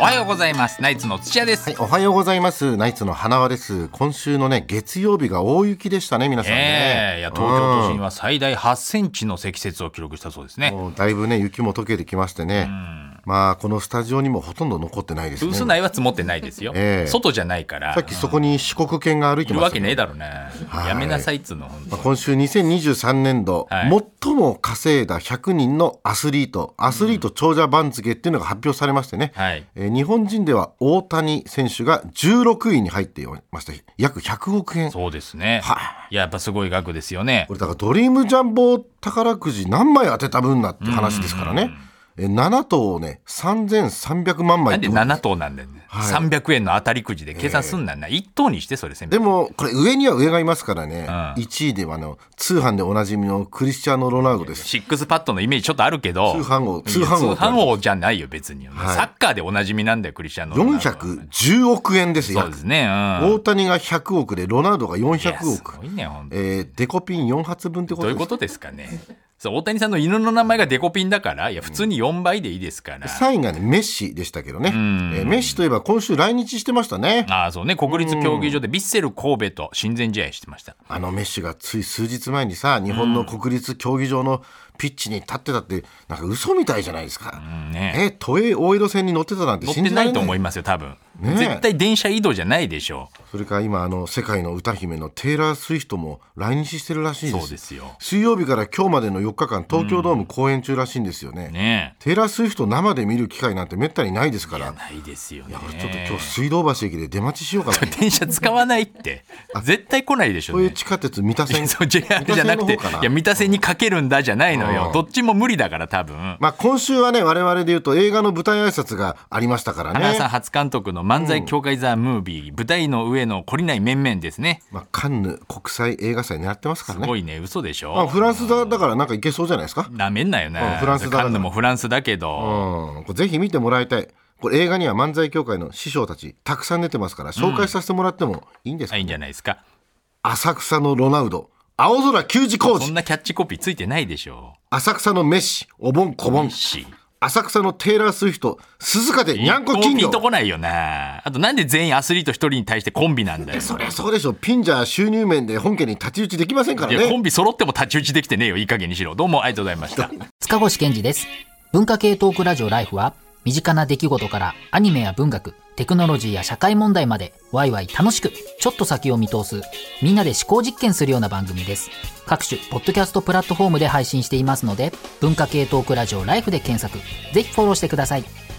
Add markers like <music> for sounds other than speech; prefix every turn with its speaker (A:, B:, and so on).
A: おはようございますナイツの土屋です、
B: はい、おはようございます。ナイツの花輪です。今週のね、月曜日が大雪でしたね、皆さんね。
A: ええいや東京都心は最大8センチの積雪を記録したそうです
B: うん
A: ね
B: もうだいぶね、雪も溶けてきましてね。まあ、このスタジオにもほとんど残ってないですね。
A: 薄
B: さ
A: 内は積もってないですよ、
B: ええ
A: 外じゃないから
B: っきそこに四国犬が歩い
A: い
B: て
A: る
B: ま
A: わ
B: した
A: け
B: よ
A: ねえだろね
B: はい
A: やめなさいっつうの本当
B: まあ今週2023年度、
A: はい
B: 最も稼いだ100人のアスリート、アスリート長者番付っていうのが発表されましてね、
A: はい
B: えー日本人では大谷選手が16位に入っていました。約100億円。
A: そうですね
B: はい
A: ややっぱすごい額ですよね
B: これだからドリームジャンボ宝くじ何枚当てた分だって話ですからね。え7等をね、3300万枚
A: な
B: っ
A: ん
B: て
A: で
B: こと
A: 7等なんだよね、
B: はい
A: 300円の当たりくじで計算すんなんな、1等にしてそれせめて
B: でも、これ上には上がいますからね、
A: うん
B: 1位ではあの、通販でおなじみのクリスチャーノ・ロナウドです。
A: シックスパッドのイメージちょっとあるけど
B: 通販王
A: いや
B: 通販王
A: 通販王じゃないよ別に、
B: はい
A: サッカーでおなじみなんだよクリスチャンの
B: 410億円ですよ
A: そう。ですねうん
B: 大谷が100億で、ロナウドが
A: いや
B: 400
A: す
B: 億。
A: ごいね本当に
B: えーデコピン4発分ってこ
A: どう
B: と
A: い
B: で
A: う
B: す
A: ことですかねそう大谷さんの犬の名前がデコピンだからいや普通に4倍でいいですから、
B: 3位がね、メッシでしたけどね。え
A: ん
B: ーメッシといえば今週来日してましたね。
A: ああそうね国立競技場でヴィッセル神戸と親善試合してました
B: あのメッシがつい数日前にさ、日本の国立競技場のピッチに立ってたって、なんか嘘みたいじゃないですか。
A: うんね
B: え、都営大江戸線に乗ってたなんて
A: 乗っ
B: 信
A: て
B: じら
A: な
B: れ
A: い
B: な
A: と
B: い。
A: 思いますよ多分、
B: ねえ
A: 絶対電車移動じゃないでしょ
B: それから今、あの世界の歌姫のテイラー・スウィフトも来日してるらし
A: う
B: いで
A: そう
B: す。
A: ですよ
B: 水曜日から今日までの4日間、東京ドーム公演中らしいんですよね。
A: ね
B: テイラー・スウィフト生で見る機会なんてめったにないですか
A: えいや
B: ら、
A: ないですよね
B: 俺ちょっと今日水道橋駅で出待ちしようかな。
A: 電車使わないって絶対来ないでしょ
B: そういう
A: ね
B: 地下鉄三田
A: <laughs>
B: 線。
A: そう JR じゃなくて
B: 三田線の方かない
A: や三田線にかけるんだじゃないの
B: う
A: よ
B: ん
A: どっちも無理だから多分
B: まあ今週はね、我々で言うと映画の舞台挨拶がありましたからね。
A: 花さん初監督の漫才協会ザ・ムービー、舞台の上の懲りない面々ですね
B: まあ、カンヌ国際映画祭狙ってますか
A: す
B: らね。
A: ごいね嘘でし
B: まあ、
A: ょ
B: フランスだだからなんかいけそうじゃないですか。
A: なめんなよ
B: うん
A: な
B: フランスだから
A: カンヌもフランスだけど、
B: うん、これぜひ見てもらいたい。これ映画には漫才協会の師匠たちたくさん出てますから紹介させてもらってもいいんですか、
A: いいんじゃないですか
B: 浅草のロナウド、青空球児工
A: そん
B: 事、
A: なキャッチコピーついてないでしょ
B: 浅草のメッシ、お盆小盆
A: いい、し
B: 浅草のテイラー・スウィフト、鈴鹿でにゃんこ
A: 一個
B: 金
A: もピ
B: 魚
A: ン。とこないよなあとなんで全員アスリート一人に対してコンビなんだよ
B: そりゃそうでしょ。ピンじゃ収入面で本家に太刀打ちできませんか
A: い
B: ら
A: やコ
B: ね。
A: ンビ揃っても太刀打ちできてねえよいい加減にしろどうもありがとうございました
C: 塚越健二です。文化系トークラジオライフは、身近な出来事からアニメや文学、テクノロジーや社会問題まで、ワイワイ楽しく、ちょっと先を見通す、みんなで思考実験するような番組です。各種、ポッドキャストプラットフォームで配信していますので、文化系トークラジオライフで検索、ぜひフォローしてください。